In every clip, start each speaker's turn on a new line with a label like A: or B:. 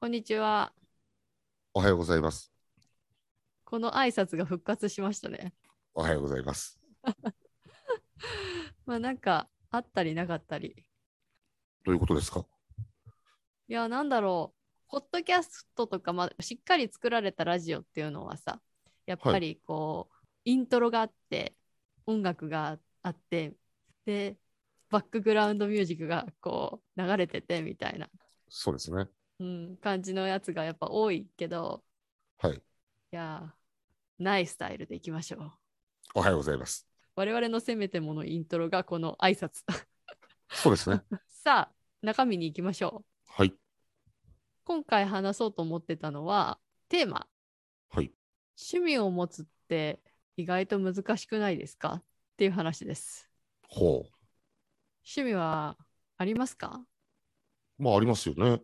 A: こんにちは。
B: おはようございます。
A: この挨拶が復活しましたね。
B: おはようございます。
A: まあなんかあったりなかったり。
B: どういうことですか
A: いや、なんだろう。ポッドキャストとか、まあ、しっかり作られたラジオっていうのはさ、やっぱりこう、イントロがあって、音楽があって、で、バックグラウンドミュージックがこう流れててみたいな、
B: そうですね。
A: うん、感じのやつがやっぱ多いけど、
B: はい。
A: いやー、ないスタイルでいきましょう。
B: おはようございます。
A: 我々のせめてものイントロがこの挨拶。
B: そうです ね。
A: さあ、中身に行きましょう。
B: はい。
A: 今回話そうと思ってたのは、テーマ。
B: はい。
A: 趣味を持つって意外と難しくないですかっていう話です。
B: ほ
A: 趣味はありますか
B: う。まあ、ありますよね。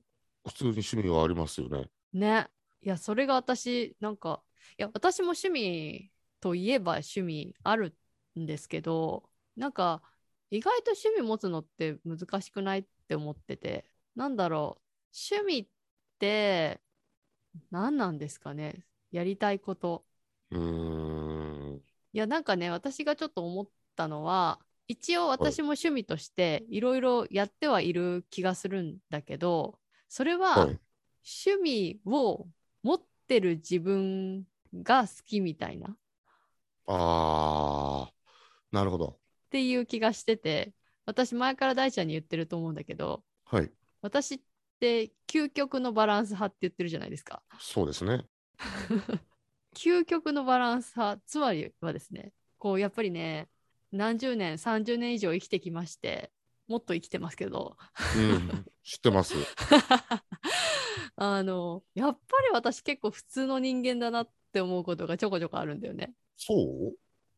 B: 普通に趣味はありますよね。
A: ね。いや、それが私、なんか、いや、私も趣味といえば趣味あるんですけど、なんか、意外と趣味持つのって難しくないって思ってて、なんだろう、趣味って何なんですかねやりたいこと。
B: うーん。
A: いやなんかね私がちょっと思ったのは一応私も趣味としていろいろやってはいる気がするんだけどそれは
B: はい。
A: 趣味を持ってる自分が好きみたいなっ
B: あー。なるほど。
A: ていう気がしてて私前から大ちゃんに言ってると思うんだけど
B: はい。
A: 私って究極のバランス派って言ってるじゃないですか。
B: そうですね。
A: 究極のバランス派つまりはですねこうやっぱりね何十年30年以上生きてきましてもっと生きてますけど
B: うん。知ってます。
A: あのやっぱり私結構普通の人間だなって思うことがちょこちょこあるんだよね。
B: そう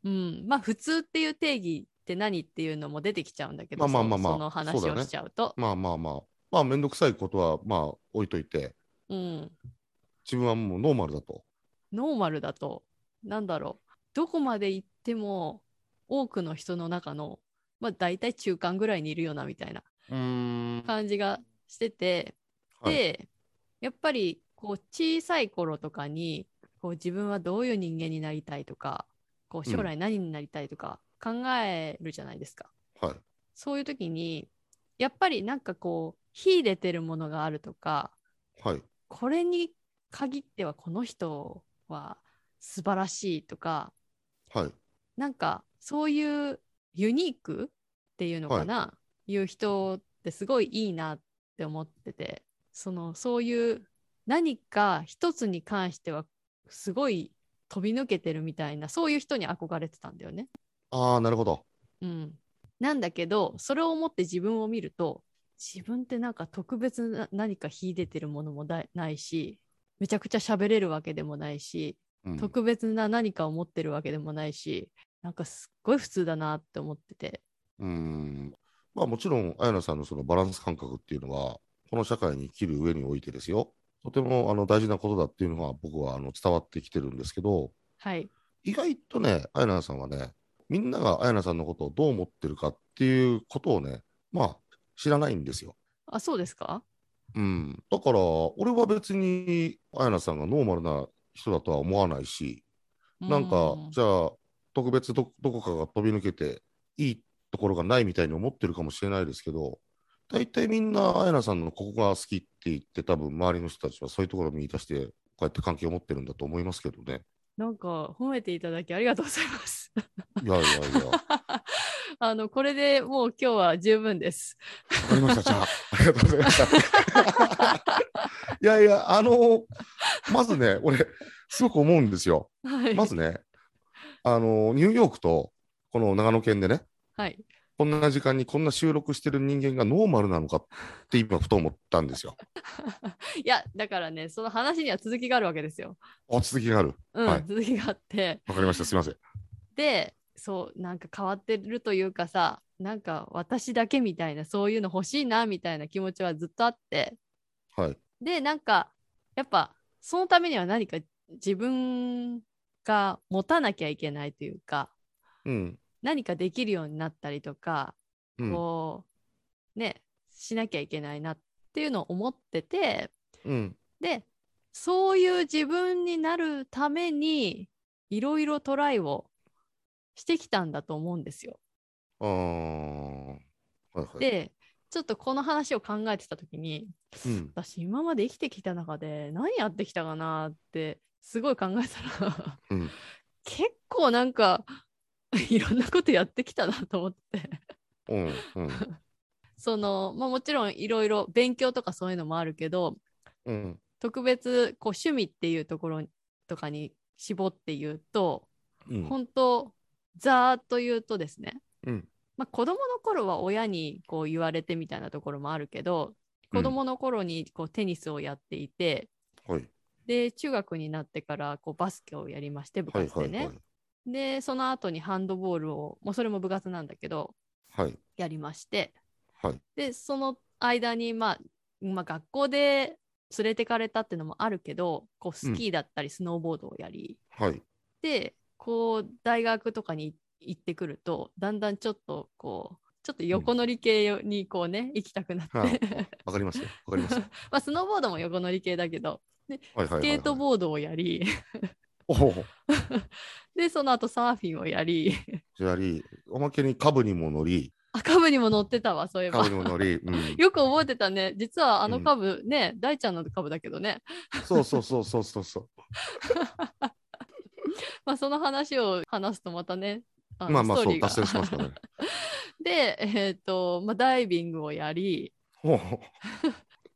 A: うん、まあ普通っていう定義って何っていうのも出てきちゃうんだけど
B: まあまあ
A: そ
B: ま
A: そ
B: あ
A: の
B: まあ
A: 話
B: そうだ
A: を
B: ね
A: しちゃうと。
B: まあまあまあ。まあ、めんどくさいことは、まあ、置いといて、
A: うん、
B: 自分はもうノーマルだと。
A: ノーマルだとなんだろうどこまで行っても多くの人の中の、まあ、大体中間ぐらいにいるよなみたいな
B: うーん。
A: 感じがしてて、
B: はい
A: でやっぱりこう小さい頃とかにこう自分はどういう人間になりたいとかこう将来何になりたいとか考えるじゃないですか、
B: はい。
A: そういう時にやっぱりなんかこう秀でてるものがあるとか
B: はい。
A: これに限ってはこの人は素晴らしいとか
B: はい。
A: なんかそういうユニークっていうのかな、い、う人ってすごいいいなって思っててそのそういう何か一つに関してはすごい飛び抜けてるみたいなそういう人に憧れてたんだよね。
B: あー、なるほど。
A: うん、なんだけどそれを思って自分を見ると自分ってなんか特別な何か秀でてるものもだないしめちゃくちゃ喋れるわけでもないし
B: うん
A: 特別な何かを持ってるわけでもないし、なんかすっごい普通だなって思ってて。
B: うーんまあもちろん、綾菜さんのそのバランス感覚っていうのは、この社会に生きる上においてですよ、とてもあの大事なことだっていうのは僕はあの伝わってきてるんですけど、
A: はい。
B: 意外とね、綾菜さんはね、みんなが綾菜さんのことをどう思ってるかっていうことをね、まあ知らないんですよ。
A: あ、そうですか
B: うん。だから、俺は別に綾菜さんがノーマルな人だとは思わないし、なんか、
A: うん
B: じゃあ、特別どどこかが飛び抜けて、いいところがないみたいに思ってるかもしれないですけど、大体みんな、綾菜さんのここが好きって言って、多分周りの人たちはそういうところを見出して、こうやって関係を持ってるんだと思いますけど ね。
A: なんか褒めていただきありがとうございます。
B: いやいやいや、わか
A: あの、これでもう今日は十分です。
B: りました、じゃあ、 ありがとうございました。いやいや、あの、まずね、俺、すごく思うんですよ。
A: はい。
B: まずね、あの、ニューヨークと、この長野県でね、
A: はい。
B: こんな時間にこんな収録してる人間がノーマルなのかって今ふと思ったんで すよ。
A: いや、だからね、その話には続きがあるわけですよ。
B: あ、続きがある。
A: うん、
B: はい
A: 続きがあって。
B: わかりました。すみません。
A: で、そう、なんか変わってるというかさ、なんか私だけみたいな、そういうの欲しいなみたいな気持ちはずっとあって。
B: はい。
A: でなんかやっぱそのためには何か自分が持たなきゃいけないというか
B: うん。
A: 何かできるようになったりとか、
B: うん。
A: こうねしなきゃいけないなっていうのを思ってて
B: うん。
A: でそういう自分になるためにいろいろトライをしてきたんだと思うんですよ。
B: ああ。はいはい。、
A: でちょっとこの話を考えてた時に
B: うん。
A: 私今まで生きてきた中で何やってきたかなってすごい考えたら
B: うん
A: 結構なんかいろんなことやってきたなと思って
B: うん。うん。
A: その、まあ、もちろんいろいろ勉強とかそういうのもあるけど
B: うん。
A: 特別こう趣味っていうところとかに絞って言うと、
B: うん。
A: 本当ざーっと言うとですね、
B: うん
A: まあ、子供の頃は親にこう言われてみたいなところもあるけど子供の頃にこうテニスをやっていて、
B: はい。
A: で中学になってからこうバスケをやりまして部
B: はい
A: 活
B: は
A: で
B: い
A: ね、
B: はい。
A: でその後にハンドボールをもうそれも部活なんだけど
B: はい。
A: やりまして
B: はい。
A: でその間に、まあ、まあ学校で連れてかれたっていうのもあるけどこうスキーだったりスノーボードをやり、
B: はい。
A: でこう大学とかに行ってくるとだんだんちょっとこうちょっと横乗り系にこうね、行きたくなって、
B: はわかりますよ。わかりますよ。
A: まあスノーボードも横乗り系だけど
B: はいはいは
A: ス
B: いは
A: ケ
B: い。
A: ートボードをやり
B: おお。
A: でその後サーフィンをやり
B: じゃあり、おまけにカブにも乗り、
A: 赤部にも乗ってたわそういえ
B: カブ
A: ば
B: にも乗り、 うん、
A: よく覚えてたね実はあ
B: う
A: の
B: ん
A: 株ね、大ちゃんの株だけどね
B: そうそうそうそうそうそう。
A: まあその話を話すとまたねあの
B: まあまあ
A: ストー
B: そう、
A: リーが
B: 脱線しますからね。
A: でえっ、と、まあ、ダイビングをやり
B: おお。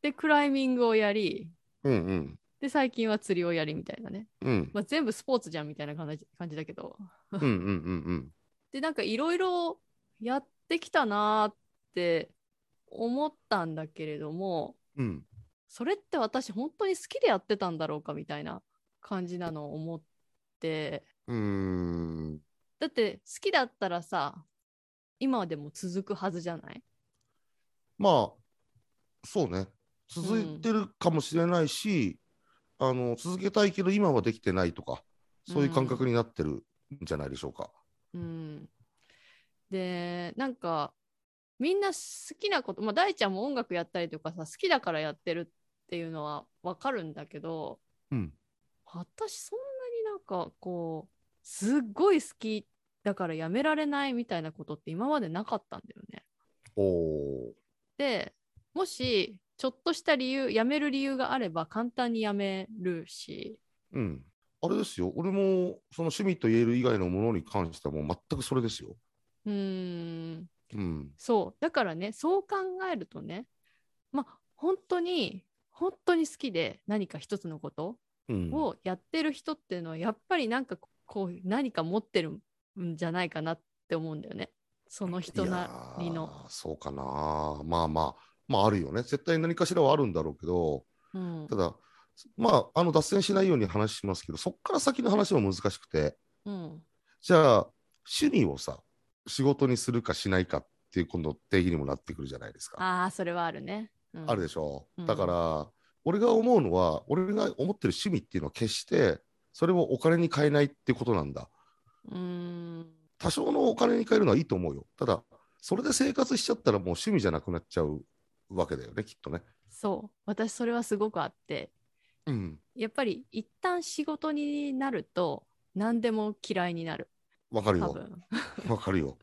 A: でクライミングをやり
B: うん
A: で最近は釣りをやりみたいなね、
B: うん。うん
A: まあ、全部スポーツじゃんみたいな感じ感じだけど
B: うんうんうん
A: でなんかいろいろやってきたなーって思ったんだけれども
B: うん。うん。
A: それって私本当に好きでやってたんだろうかみたいな感じなのを思って
B: うーん。
A: だって好きだったらさ今でも続くはずじゃない
B: まあ、そうね。続いてるかもしれないし、あの続けたいけど今はできてないとか、そういう感覚になってるんじゃないでしょうか。
A: うんでなんかみんな好きなこと、まあ、大ちゃんも音楽やったりとかさ好きだからやってるっていうのは分かるんだけど
B: うん。
A: 私そんなになんかこうすっごい好きだからやめられないみたいなことって今までなかったんだよね。
B: おお
A: でもしちょっとした理由やめる理由があれば簡単にやめるし
B: ー。うん。あれですよ。俺もその趣味と言える以外のものに関してはもう全くそれですよ。
A: うーん
B: うん。
A: そうだからねそう考えるとねまあ本当に本当に好きで何か一つのこと
B: うん。
A: をやってる人っていうのはやっぱりなんかこう何か持ってるんじゃないかなって思うんだよねその人なり
B: いや
A: の。
B: ーそうかなまあまあまああるよね絶対何かしらはあるんだろうけど
A: うん
B: ただまああの脱線しないように話しますけどそっから先の話も難しくて
A: うん
B: じゃあ趣味をさ仕事にするかしないかっていう今度定義にもなってくるじゃないですかあ
A: ああそれはあるね。うん、
B: るでしょ
A: うん
B: だから、俺が思うのは俺が思ってる趣味っていうのは決してそれをお金に変えないってことなんだ
A: うーん
B: 多少のお金に変えるのはいいと思うよ。ただ、それで生活しちゃったらもう趣味じゃなくなっちゃうわけだよね、きっとね。
A: そう私それはすごくあって
B: うん。
A: やっぱり一旦仕事になると何でも嫌いになる
B: わかる
A: 多
B: よ。
A: 分。
B: わかるよ。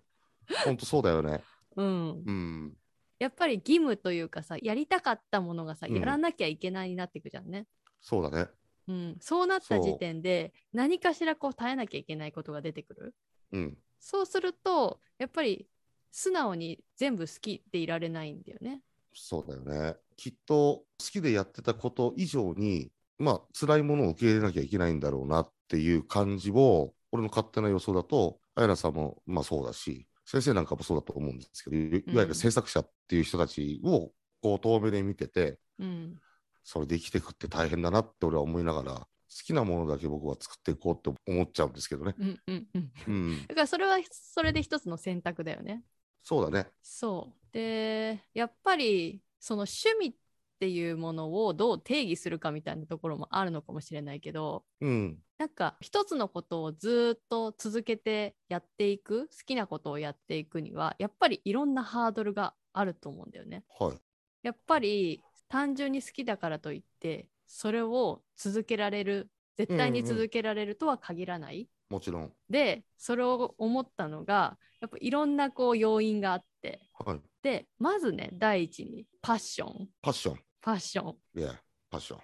B: ほんとそうだよね。
A: うん、
B: うん。
A: やっぱり義務というかさやりたかったものがさ、
B: うん
A: やらなきゃいけないになっていくじゃんね、
B: そうだね。
A: うん、そうなった
B: そう
A: 時点で何かしらこう耐えなきゃいけないことが出てくる
B: うん。
A: そうするとやっぱり素直に全部好きでいられないんだよね
B: そうだよね。きっと好きでやってたこと以上に、まあ、辛いものを受け入れなきゃいけないんだろうなっていう感じを、俺の勝手な予想だと、あやなさんも、まあそうだし、先生なんかもそうだと思うんですけど、いいわゆる制作者っていう人たちを、こう、遠目で見てて、
A: うん
B: それで生きていくって大変だなって俺は思いながら、好きなものだけ僕は作っていこうって思っちゃうんですけどね。
A: うんうんうん
B: うん、
A: だからそれはそれで一つの選択だよね
B: そうだね。
A: そうでやっぱりその趣味っていうものをどう定義するかみたいなところもあるのかもしれないけど
B: うん、
A: なんか一つのことをずっと続けてやっていく好きなことをやっていくにはやっぱりいろんなハードルがあると思うんだよね。
B: はい。
A: やっぱり単純に好きだからといってそれを続けられる絶対に
B: うんうん
A: 続けられるとは限らない、
B: もちろん。
A: でそれを思ったのがやっぱいろんなこう要因があって
B: はい。
A: でまずね第一にパッション
B: パッション。
A: パッション
B: いや、パッション。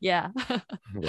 A: いや
B: Yeah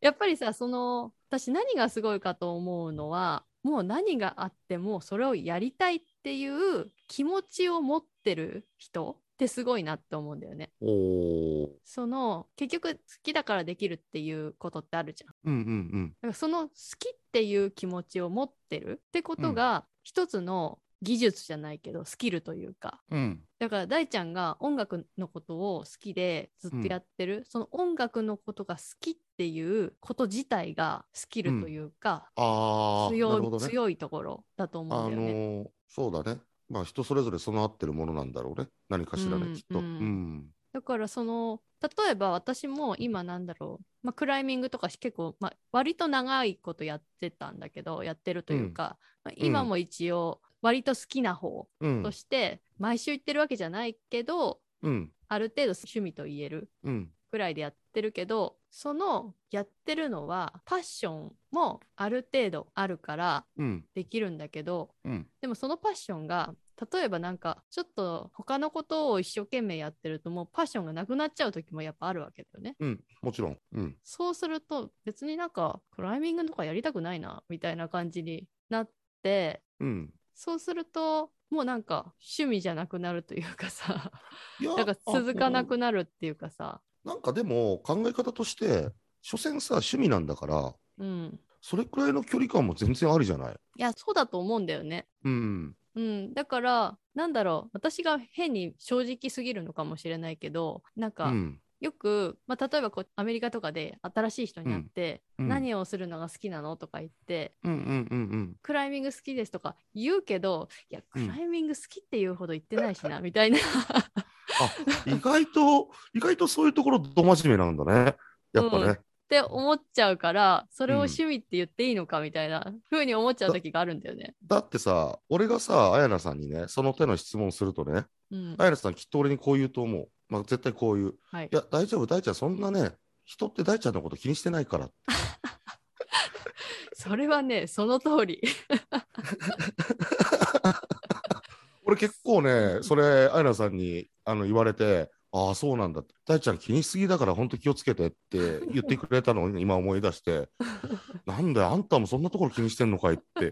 A: やっぱりさその私何がすごいかと思うのはもう何があってもそれをやりたいっていう気持ちを持ってる人ってすごいなって思うんだよね。
B: おー。
A: その結局好きだからできるっていうことってあるじゃん。
B: うんうん
A: だからその好きっていう気持ちを持ってるってこ
B: う
A: と
B: ん
A: が一つの技術じゃないけどスキルというか
B: うん。うん。
A: だから大ちゃんが音楽のことを好きでずっとやってる、その音楽のことが好きっていうこと自体がスキルというか、
B: ああ、な
A: 強
B: るほ
A: い
B: どね。
A: 強いところだと思
B: あ
A: うんだよね。
B: のーそうだね。まあ人それぞれ備わってるものなんだろうね。何かしら
A: うん
B: ね、きっと。
A: う
B: うんん。
A: だからその例えば私も今なんだろう、まあ、クライミングとかし結構、まあ、割と長いことやってたんだけどやってるというか、まあ今も一応割と好きな方
B: うん
A: と。して、毎週行ってるわけじゃないけど
B: うん。
A: ある程度趣味と言える
B: うん。
A: ぐらいでやってるけどそのやってるのはパッションもある程度あるから
B: うん。
A: できるんだけど
B: うん。
A: でもそのパッションが例えばなんかちょっと他のことを一生懸命やってるともうパッションがなくなっちゃう時もやっぱあるわけだよね。
B: うん。もちろん。うん。
A: そうすると別になんかクライミングとかやりたくないなみたいな感じになって
B: うん。
A: そうするともうなんか趣味じゃなくなるというかさ
B: いや
A: なんか続かな
B: あ
A: くなるっていうかさ
B: のなんかでも考え方として、所詮さ、趣味なんだから、
A: うん
B: それくらいの距離感も全然ありじゃない。
A: いやそうだと思うんだよね。
B: うん。
A: うん、だからなんだろう私が変に正直すぎるのかもしれないけどなん
B: う
A: か
B: ん。
A: よく、まあ、例えばこうアメリカとかで新しい人になって、
B: うんうん
A: 何をするのが好きなのとか言って
B: うんうんうん
A: クライミング好きですとか言うけどいや
B: う
A: ク
B: ん
A: ライミング好きっていうほど言ってないしなみたいな
B: うん。意外と、意外とそういうところ、ど真面目なんだね。やっぱ
A: うん
B: ね。
A: って思っちゃうからそれを
B: うん
A: 趣味って言っていいのかみたいな風に思っちゃう時があるんだよね。
B: だってさ、俺がさ、綾菜さんにね、その手の質問するとね、
A: うん、
B: 綾菜さんきっと俺にこう言うと思う。まあ、絶対こう言う。
A: はい
B: いや、大丈夫、大ちゃん、そんなね、人って大ちゃんのこと気にしてないから。
A: それはねその通り。
B: 俺結構ね、それ、綾菜さんにあの言われて、ああ、そうなんだって。大ちゃん気にしすぎだから、本当気をつけてって言ってくれたのを今思い出して、なんだよ、あんたもそんなところ気にしてんのかいって。
A: い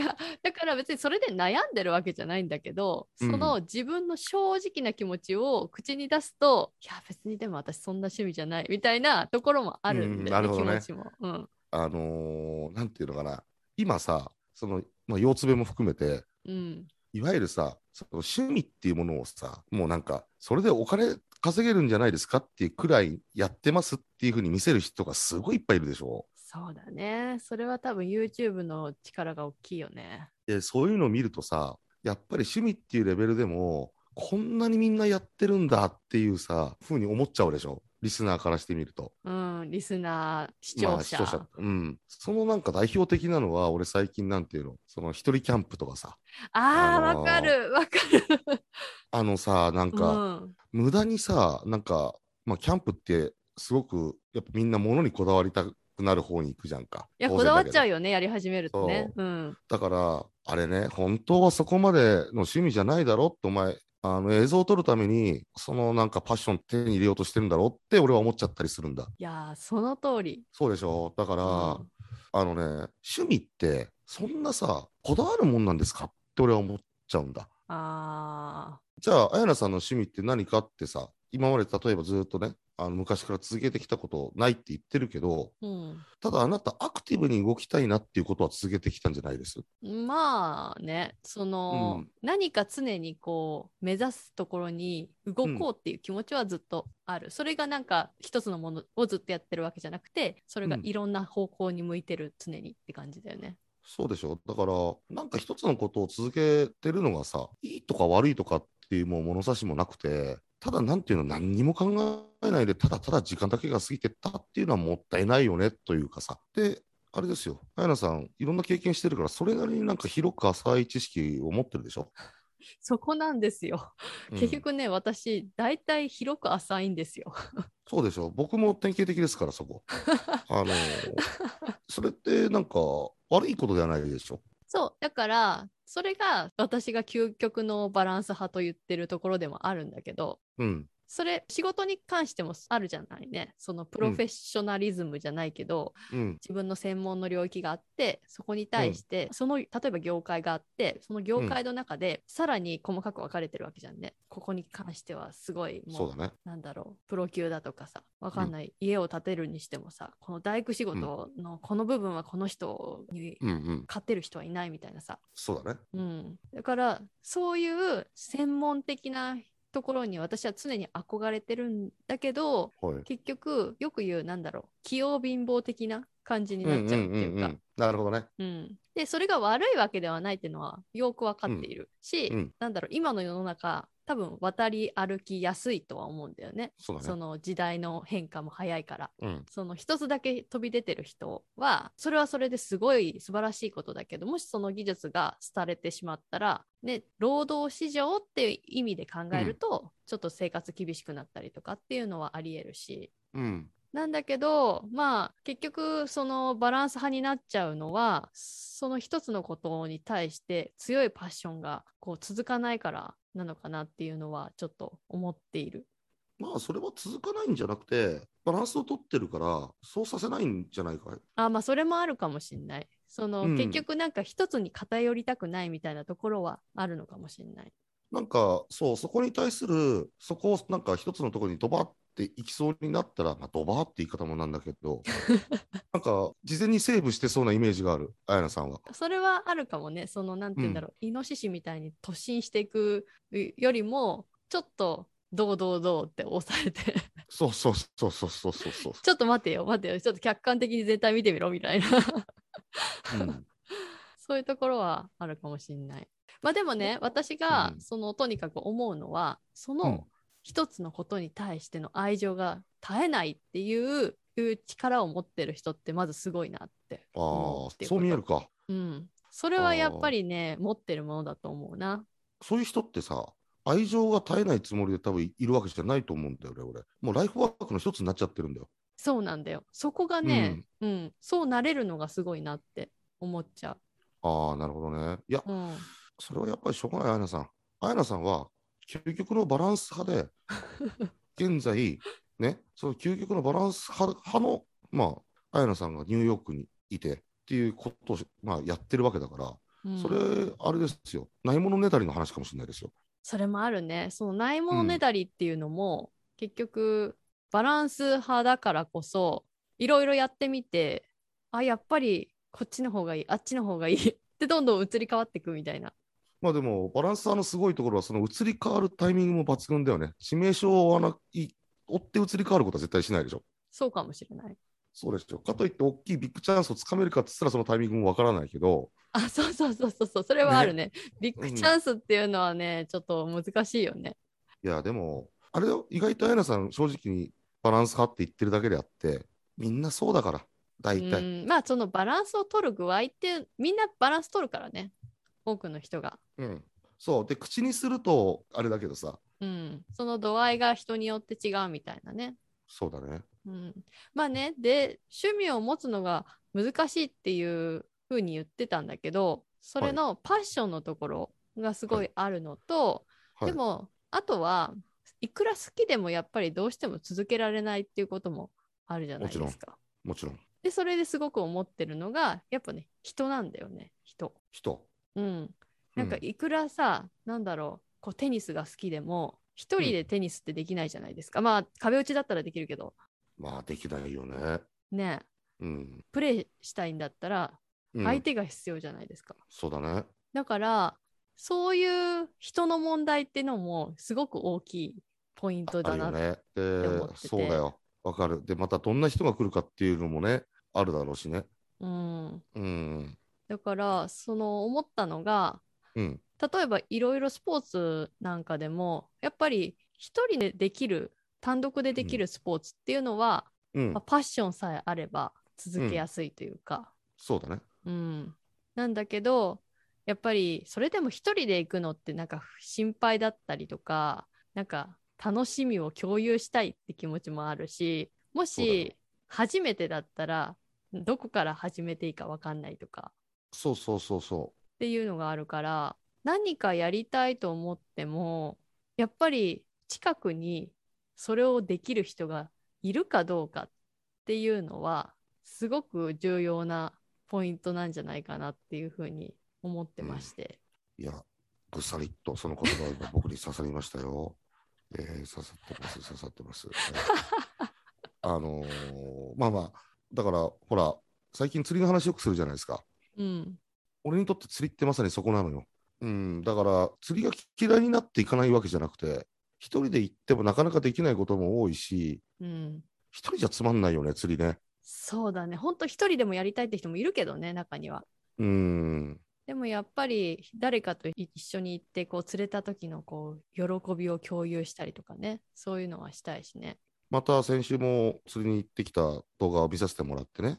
A: やだから別にそれで悩んでるわけじゃないんだけど、
B: うん
A: その自分の正直な気持ちを口に出すといや別にでも私そんな趣味じゃないみたいなところもあるんだよね,、
B: うんなるほどね
A: 気持ちも。うん
B: あのーなんていうのかな、今さ、その、まあ、腰つべも含めて、
A: うん
B: いわゆるさ、その趣味っていうものをさ、もうなんか、それでお金稼げるんじゃないですかっていうくらいやってますっていうふうに見せる人がすごいいっぱいいるでしょ。
A: そうだねそれは多分 YouTube の力が大きいよね。
B: で、そういうのを見るとさ、やっぱり趣味っていうレベルでも、こんなにみんなやってるんだっていうさ、ふうに思っちゃうでしょ。リスナーからしてみると。
A: うん、リスナー視
B: ま
A: 聴
B: あ
A: 者,、
B: うん。そのなんか代表的なのは、俺最近なんていうの、その一人キャンプとかさ、
A: ああ
B: あ
A: わ、
B: のー
A: かるわかる。
B: あのさ、なんか、
A: うん
B: 無駄にさなんか、まあ、キャンプってすごくやっぱみんな物にこだわりたくなる方に行くじゃんか。
A: いやこだわっちゃう
B: よ。
A: よねやり始めるとね。うん、
B: だからあれね本当はそこまでの趣味じゃないだろってお前あの映像を撮るためにそのなんかパッション手に入れようとしてるんだろって俺は思っちゃったりするんだ。
A: いやーその通り。
B: そうでしょだから、
A: うん
B: あのね趣味ってそんなさこだわるもんなんですかって俺は思っちゃうんだ。
A: あ
B: じゃあ、あやなさんの趣味って何かってさ、今まで例えばずっとね、あの昔から続けてきたことないって言ってるけど、
A: ーうん
B: ただあなたアクティブに動きたいなっていうことは続けてきたんじゃないです。
A: まあねその、
B: うん
A: 何か常にこう目指すところに動こうっていう気持ちはずっとある、それがなんか一つのものをずっとやってるわけじゃなくてそれが
B: うん
A: いろんな方向に向いてる常にって感じだよね。
B: そうでしょだから、なんか一つのことを続けてるのがさ、いいとか悪いとかっていうもう物差しもなくて、ただなんていうの何にも考えないで、ただただ時間だけが過ぎてったっていうのはもったいないよねというかさ。で、あれですよ、あやなさん、いろんな経験してるから、それなりになんか広く浅い知識を持ってるでしょ
A: そこなんですよ。
B: うん
A: 結局ね、私、大体広く浅いんですよ。
B: そうでしょ僕も典型的ですからそこあのそれってなんか悪いことではないでしょ
A: そう、だから、それが私が究極のバランス派と言ってるところでもあるんだけど、
B: うん
A: それ仕事に関してもあるじゃないね。そのプロフェッショナリズムじゃないけど、
B: うん
A: 自分の専門の領域があってそこに対して、その例えば業界があってその業界の中でさらに細かく分かれてるわけじゃんね。ここに関してはすごいも
B: そううだね
A: なんだろうプロ級だとかさわかんない、家を建てるにしてもさこの大工仕事のこの部分はこの人に
B: うんうん
A: 勝てる人はいないみたいなさ、
B: そうだね
A: うん、だからそういう専門的なところに私は常に憧れてるんだけど、
B: はい
A: 結局よく言うなんだろう器用貧乏的な感じになっちゃうっていうか、
B: んなるほどね
A: うんでそれが悪いわけではないっていうのはよく分かっているし、
B: うん
A: なんだろう今の世の中多分渡り歩きやすいとは思うんだよね
B: そうだ
A: そ
B: ね
A: の時代の変化も早いから。
B: うん
A: その一つだけ飛び出てる人はそれはそれですごい素晴らしいことだけどもしその技術が廃れてしまったら、ね、労働市場っていう意味で考えると、ちょっと生活厳しくなったりとかっていうのはありえるし
B: うん
A: なんだけどまあ結局そのバランス派になっちゃうのはその一つのことに対して強いパッションがこう続かないからなのかなっていうのはちょっと思っている。
B: まあそれは続かないんじゃなくてバランスを取ってるからそうさせないんじゃないかい
A: あまあそれもあるかもしれない。その、
B: うん
A: 結局なんか一つに偏りたくないみたいなところはあるのかもしれない。
B: なんかそうそこに対するそこをなんか一つのところにドバっていきそうになったら、まあ、ドバって言い方もなんだけ どなんか事前にセーブしてそうなイメージがある綾菜さんは。
A: それはあるかもね。そのなんて言うんだろう、イノシシみたいに突進していくよりもちょっとどうどうどうって押されて
B: そうそうそうそうそうそうそう。
A: ちょっと待てよ待てよちょっと客観的に全体見てみろみたいな
B: うん
A: そういうところはあるかもしれない。まあでもね私が
B: うん
A: そのとにかく思うのはその、
B: うん
A: 一つのことに対しての愛情が絶えないっていういう力を持ってる人ってまずすごいなって
B: ああ
A: 思って
B: そう見える
A: こ
B: か。
A: とうん。それはやっぱりね持ってるものだと思うな。
B: そういう人ってさ愛情が絶えないつもりで多分いるわけじゃないと思うんだよね俺。もうライフワークの一つになっちゃってるんだよ。
A: そうなんだよ。そこがね、うん、そうなれるのがすごいなって思っちゃ
B: ああなるほどね。いや
A: う。うん。
B: それはやっぱりしょうがない綾菜さん。綾菜さんは究極のバランス派で現在ねその究極のバランス派派のまあ綾菜さんがニューヨークにいてっていうことをし、まあ、やってるわけだから、
A: うん
B: それあれですよないものねだりの話かもしれないですよ。
A: それもあるね。そのないものねだりっていうのも、結局バランス派だからこそいろいろやってみてあやっぱりこっちの方がいいあっちの方がいい ってどんどん移り変わっていくみたいな。
B: まあでも、バランサーのすごいところは、その移り変わるタイミングも抜群だよね。致命傷を追わない、追って移り変わることは絶対しないでしょ。
A: そうかもしれない。
B: そうでしょ。かといって、大きいビッグチャンスをつかめるかって言ったら、そのタイミングもわからないけど、
A: あそうそうそうそうそうそれはあるね。ビッグチャンスっていうのはね、ちょっと難しいよね。
B: いや、でも、あれだよ、意外とアイナさん、正直にバランス派って言ってるだけであって、みんなそうだから、大
A: う
B: 体。
A: んまあそのバランスを取る具合ってみんなバランス取るからね多くの人が。
B: うん。そう。で、口にすると、あれだけどさ、
A: うん、その度合いが人によって違うみたいなね。
B: そうだね。
A: うん、まあねで趣味を持つのが難しいっていうふうに言ってたんだけどそれのパッションのところがすごいあるのと、
B: はい
A: で。もあとはいくら好きでもやっぱりどうしても続けられないっていうこともあるじゃないで
B: も
A: す
B: ち
A: か。
B: もちろん、
A: でそれですごく思ってるのがやっぱね人なんだよね人。
B: 人。
A: うん、なんか
B: うん
A: いくらさ、なんだろうこうテニスが好きでも一人でテニスってできないじゃないですか、まあ壁打ちだったらできるけど
B: まあ、できないよね。
A: ね
B: うん。
A: プレーしたいんだったら
B: うん
A: 相手が必要じゃないですか、
B: そうだね。
A: だからそういう人の問題ってのもすごく大きいポイント
B: あ
A: だ
B: る
A: な
B: よ
A: って、
B: ね。
A: 思っ
B: で、
A: てて
B: そうだよ。わかる。で、またどんな人が来るかっていうのもね、あるだろうしね。
A: うん、
B: うん。
A: だからその思ったのが
B: うん。
A: 例えばいろいろスポーツなんかでもやっぱり一人でできる単独でできるスポーツっていうのは、
B: うん
A: まあ、。パッションさえあれば続けやすいというか、
B: そうだね。
A: うんなんだけどやっぱりそれでも一人で行くのってなんか心配だったりとかなんか楽しみを共有したいって気持ちもあるしも
B: そうだ
A: し初めてだったらどこから始めていいか分かんないとか
B: そうそうそうそ
A: っていうのがあるから何かやりたいと思ってもやっぱり近くにそれをできる人がいるかどうかっていうのはすごく重要なポイントなんじゃないかなっていうふうに思ってまして、
B: う。いや、ぐさりっとその言葉 が今僕に刺さりましたよ。えー刺さってます、刺さっ てます。はいあのーまあまあ、だから、ほら、最近釣りの話よくするじゃないですか。
A: うん、
B: 俺にとって釣りってまさにそこなのよ。うん、だから釣りが嫌いになっていかないわけじゃなくて、一人で行ってもなかなかできないことも多いし、
A: うん、
B: 一人じゃつまんないよね、釣りね。
A: そうだねほんと一人でもやりたいって人もいるけどね中には。
B: うん、
A: でもやっぱり誰かと一緒に行ってこう釣れた時のこう喜びを共有したりとかねそういうのはしたいしね。
B: また先週も釣りに行ってきた動画を見させてもらってね、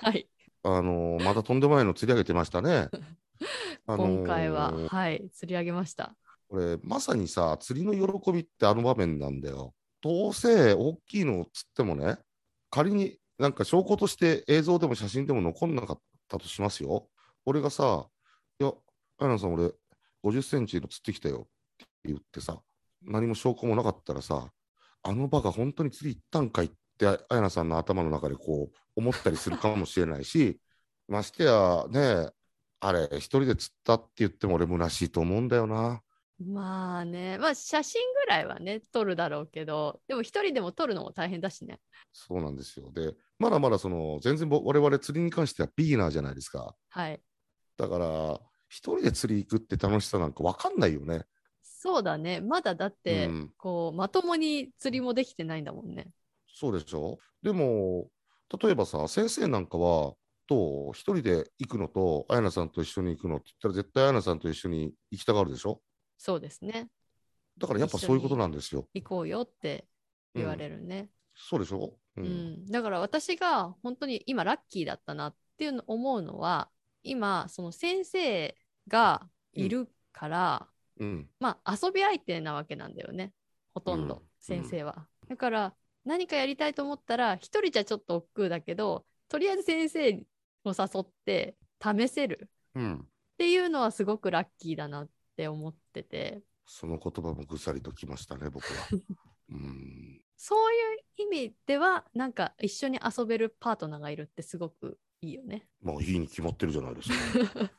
A: はい
B: あのーまたとんでもないの釣り上げてました ね。あのー
A: 今回は、はい、釣り上げました。
B: これ、まさにさ、釣りの喜びってあの場面なんだよ。どうせ大きいのを釣ってもね、仮になんか証拠として映像でも写真でも残んなかったとしますよ。俺がさ、いや、アイナさん、俺、50センチの釣ってきたよって言ってさ、何も証拠もなかったらさ、あの場が本当に釣り行ったんかいって、アイナさんの頭の中でこう思ったりするかもしれないし、ましてやね、あれ、一人で釣ったって言っても俺、虚しいと思うんだよな。
A: まあね、まあ写真ぐらいはね、撮るだろうけど、でも一人でも撮るのも大変だしね。
B: そうなんですよ。で、まだまだその全然ぼ我々釣りに関してはビギナーじゃないですか。
A: はい。
B: だから、一人で釣り行くって楽しさなんか分かんないよね。
A: そうだね、まだだって、
B: うん
A: こう、まともに釣りもできてないんだもんね。
B: そうでしょでも、例えばさ、先生なんかは、と一人で行くのと、あやなさんと一緒に行くのって言ったら、絶対あやなさんと一緒に行きたがるでしょ
A: そうですね。
B: だからやっぱそういうことなんですよ。
A: 行こうよって言わ
B: うん
A: れるね。
B: そうでしょ、う
A: うんん。だから私が本当に今ラッキーだったなっていうの思うのは、今、その先生がいるから、
B: うん
A: まあ遊び相手なわけなんだよねほとん
B: うん
A: ど先生は、だから何かやりたいと思ったら一人じゃちょっと億劫だけどとりあえず先生を誘って試せるっ
B: うん
A: ていうのはすごくラッキーだなって思ってて
B: その言葉もぐさりときましたね、僕は。うん、
A: そういう意味ではなんか一緒に遊べるパートナーがいるってすごくいいよね。
B: まあ、いいに決まってるじゃないですか。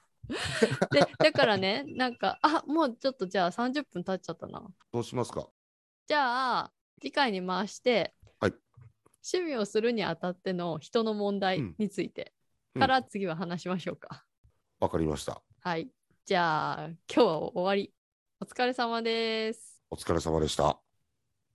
A: でだからね なんかあもうちょっとじゃあ30分経っちゃったな
B: どうしますか
A: じゃあ次回に回して、
B: はい
A: 趣味をするにあたっての人の問題
B: うん
A: について
B: うん
A: から次は話しましょうか。
B: わかりました。
A: はいじゃあ今日は終わりお疲れ様です。
B: お疲れ様でした。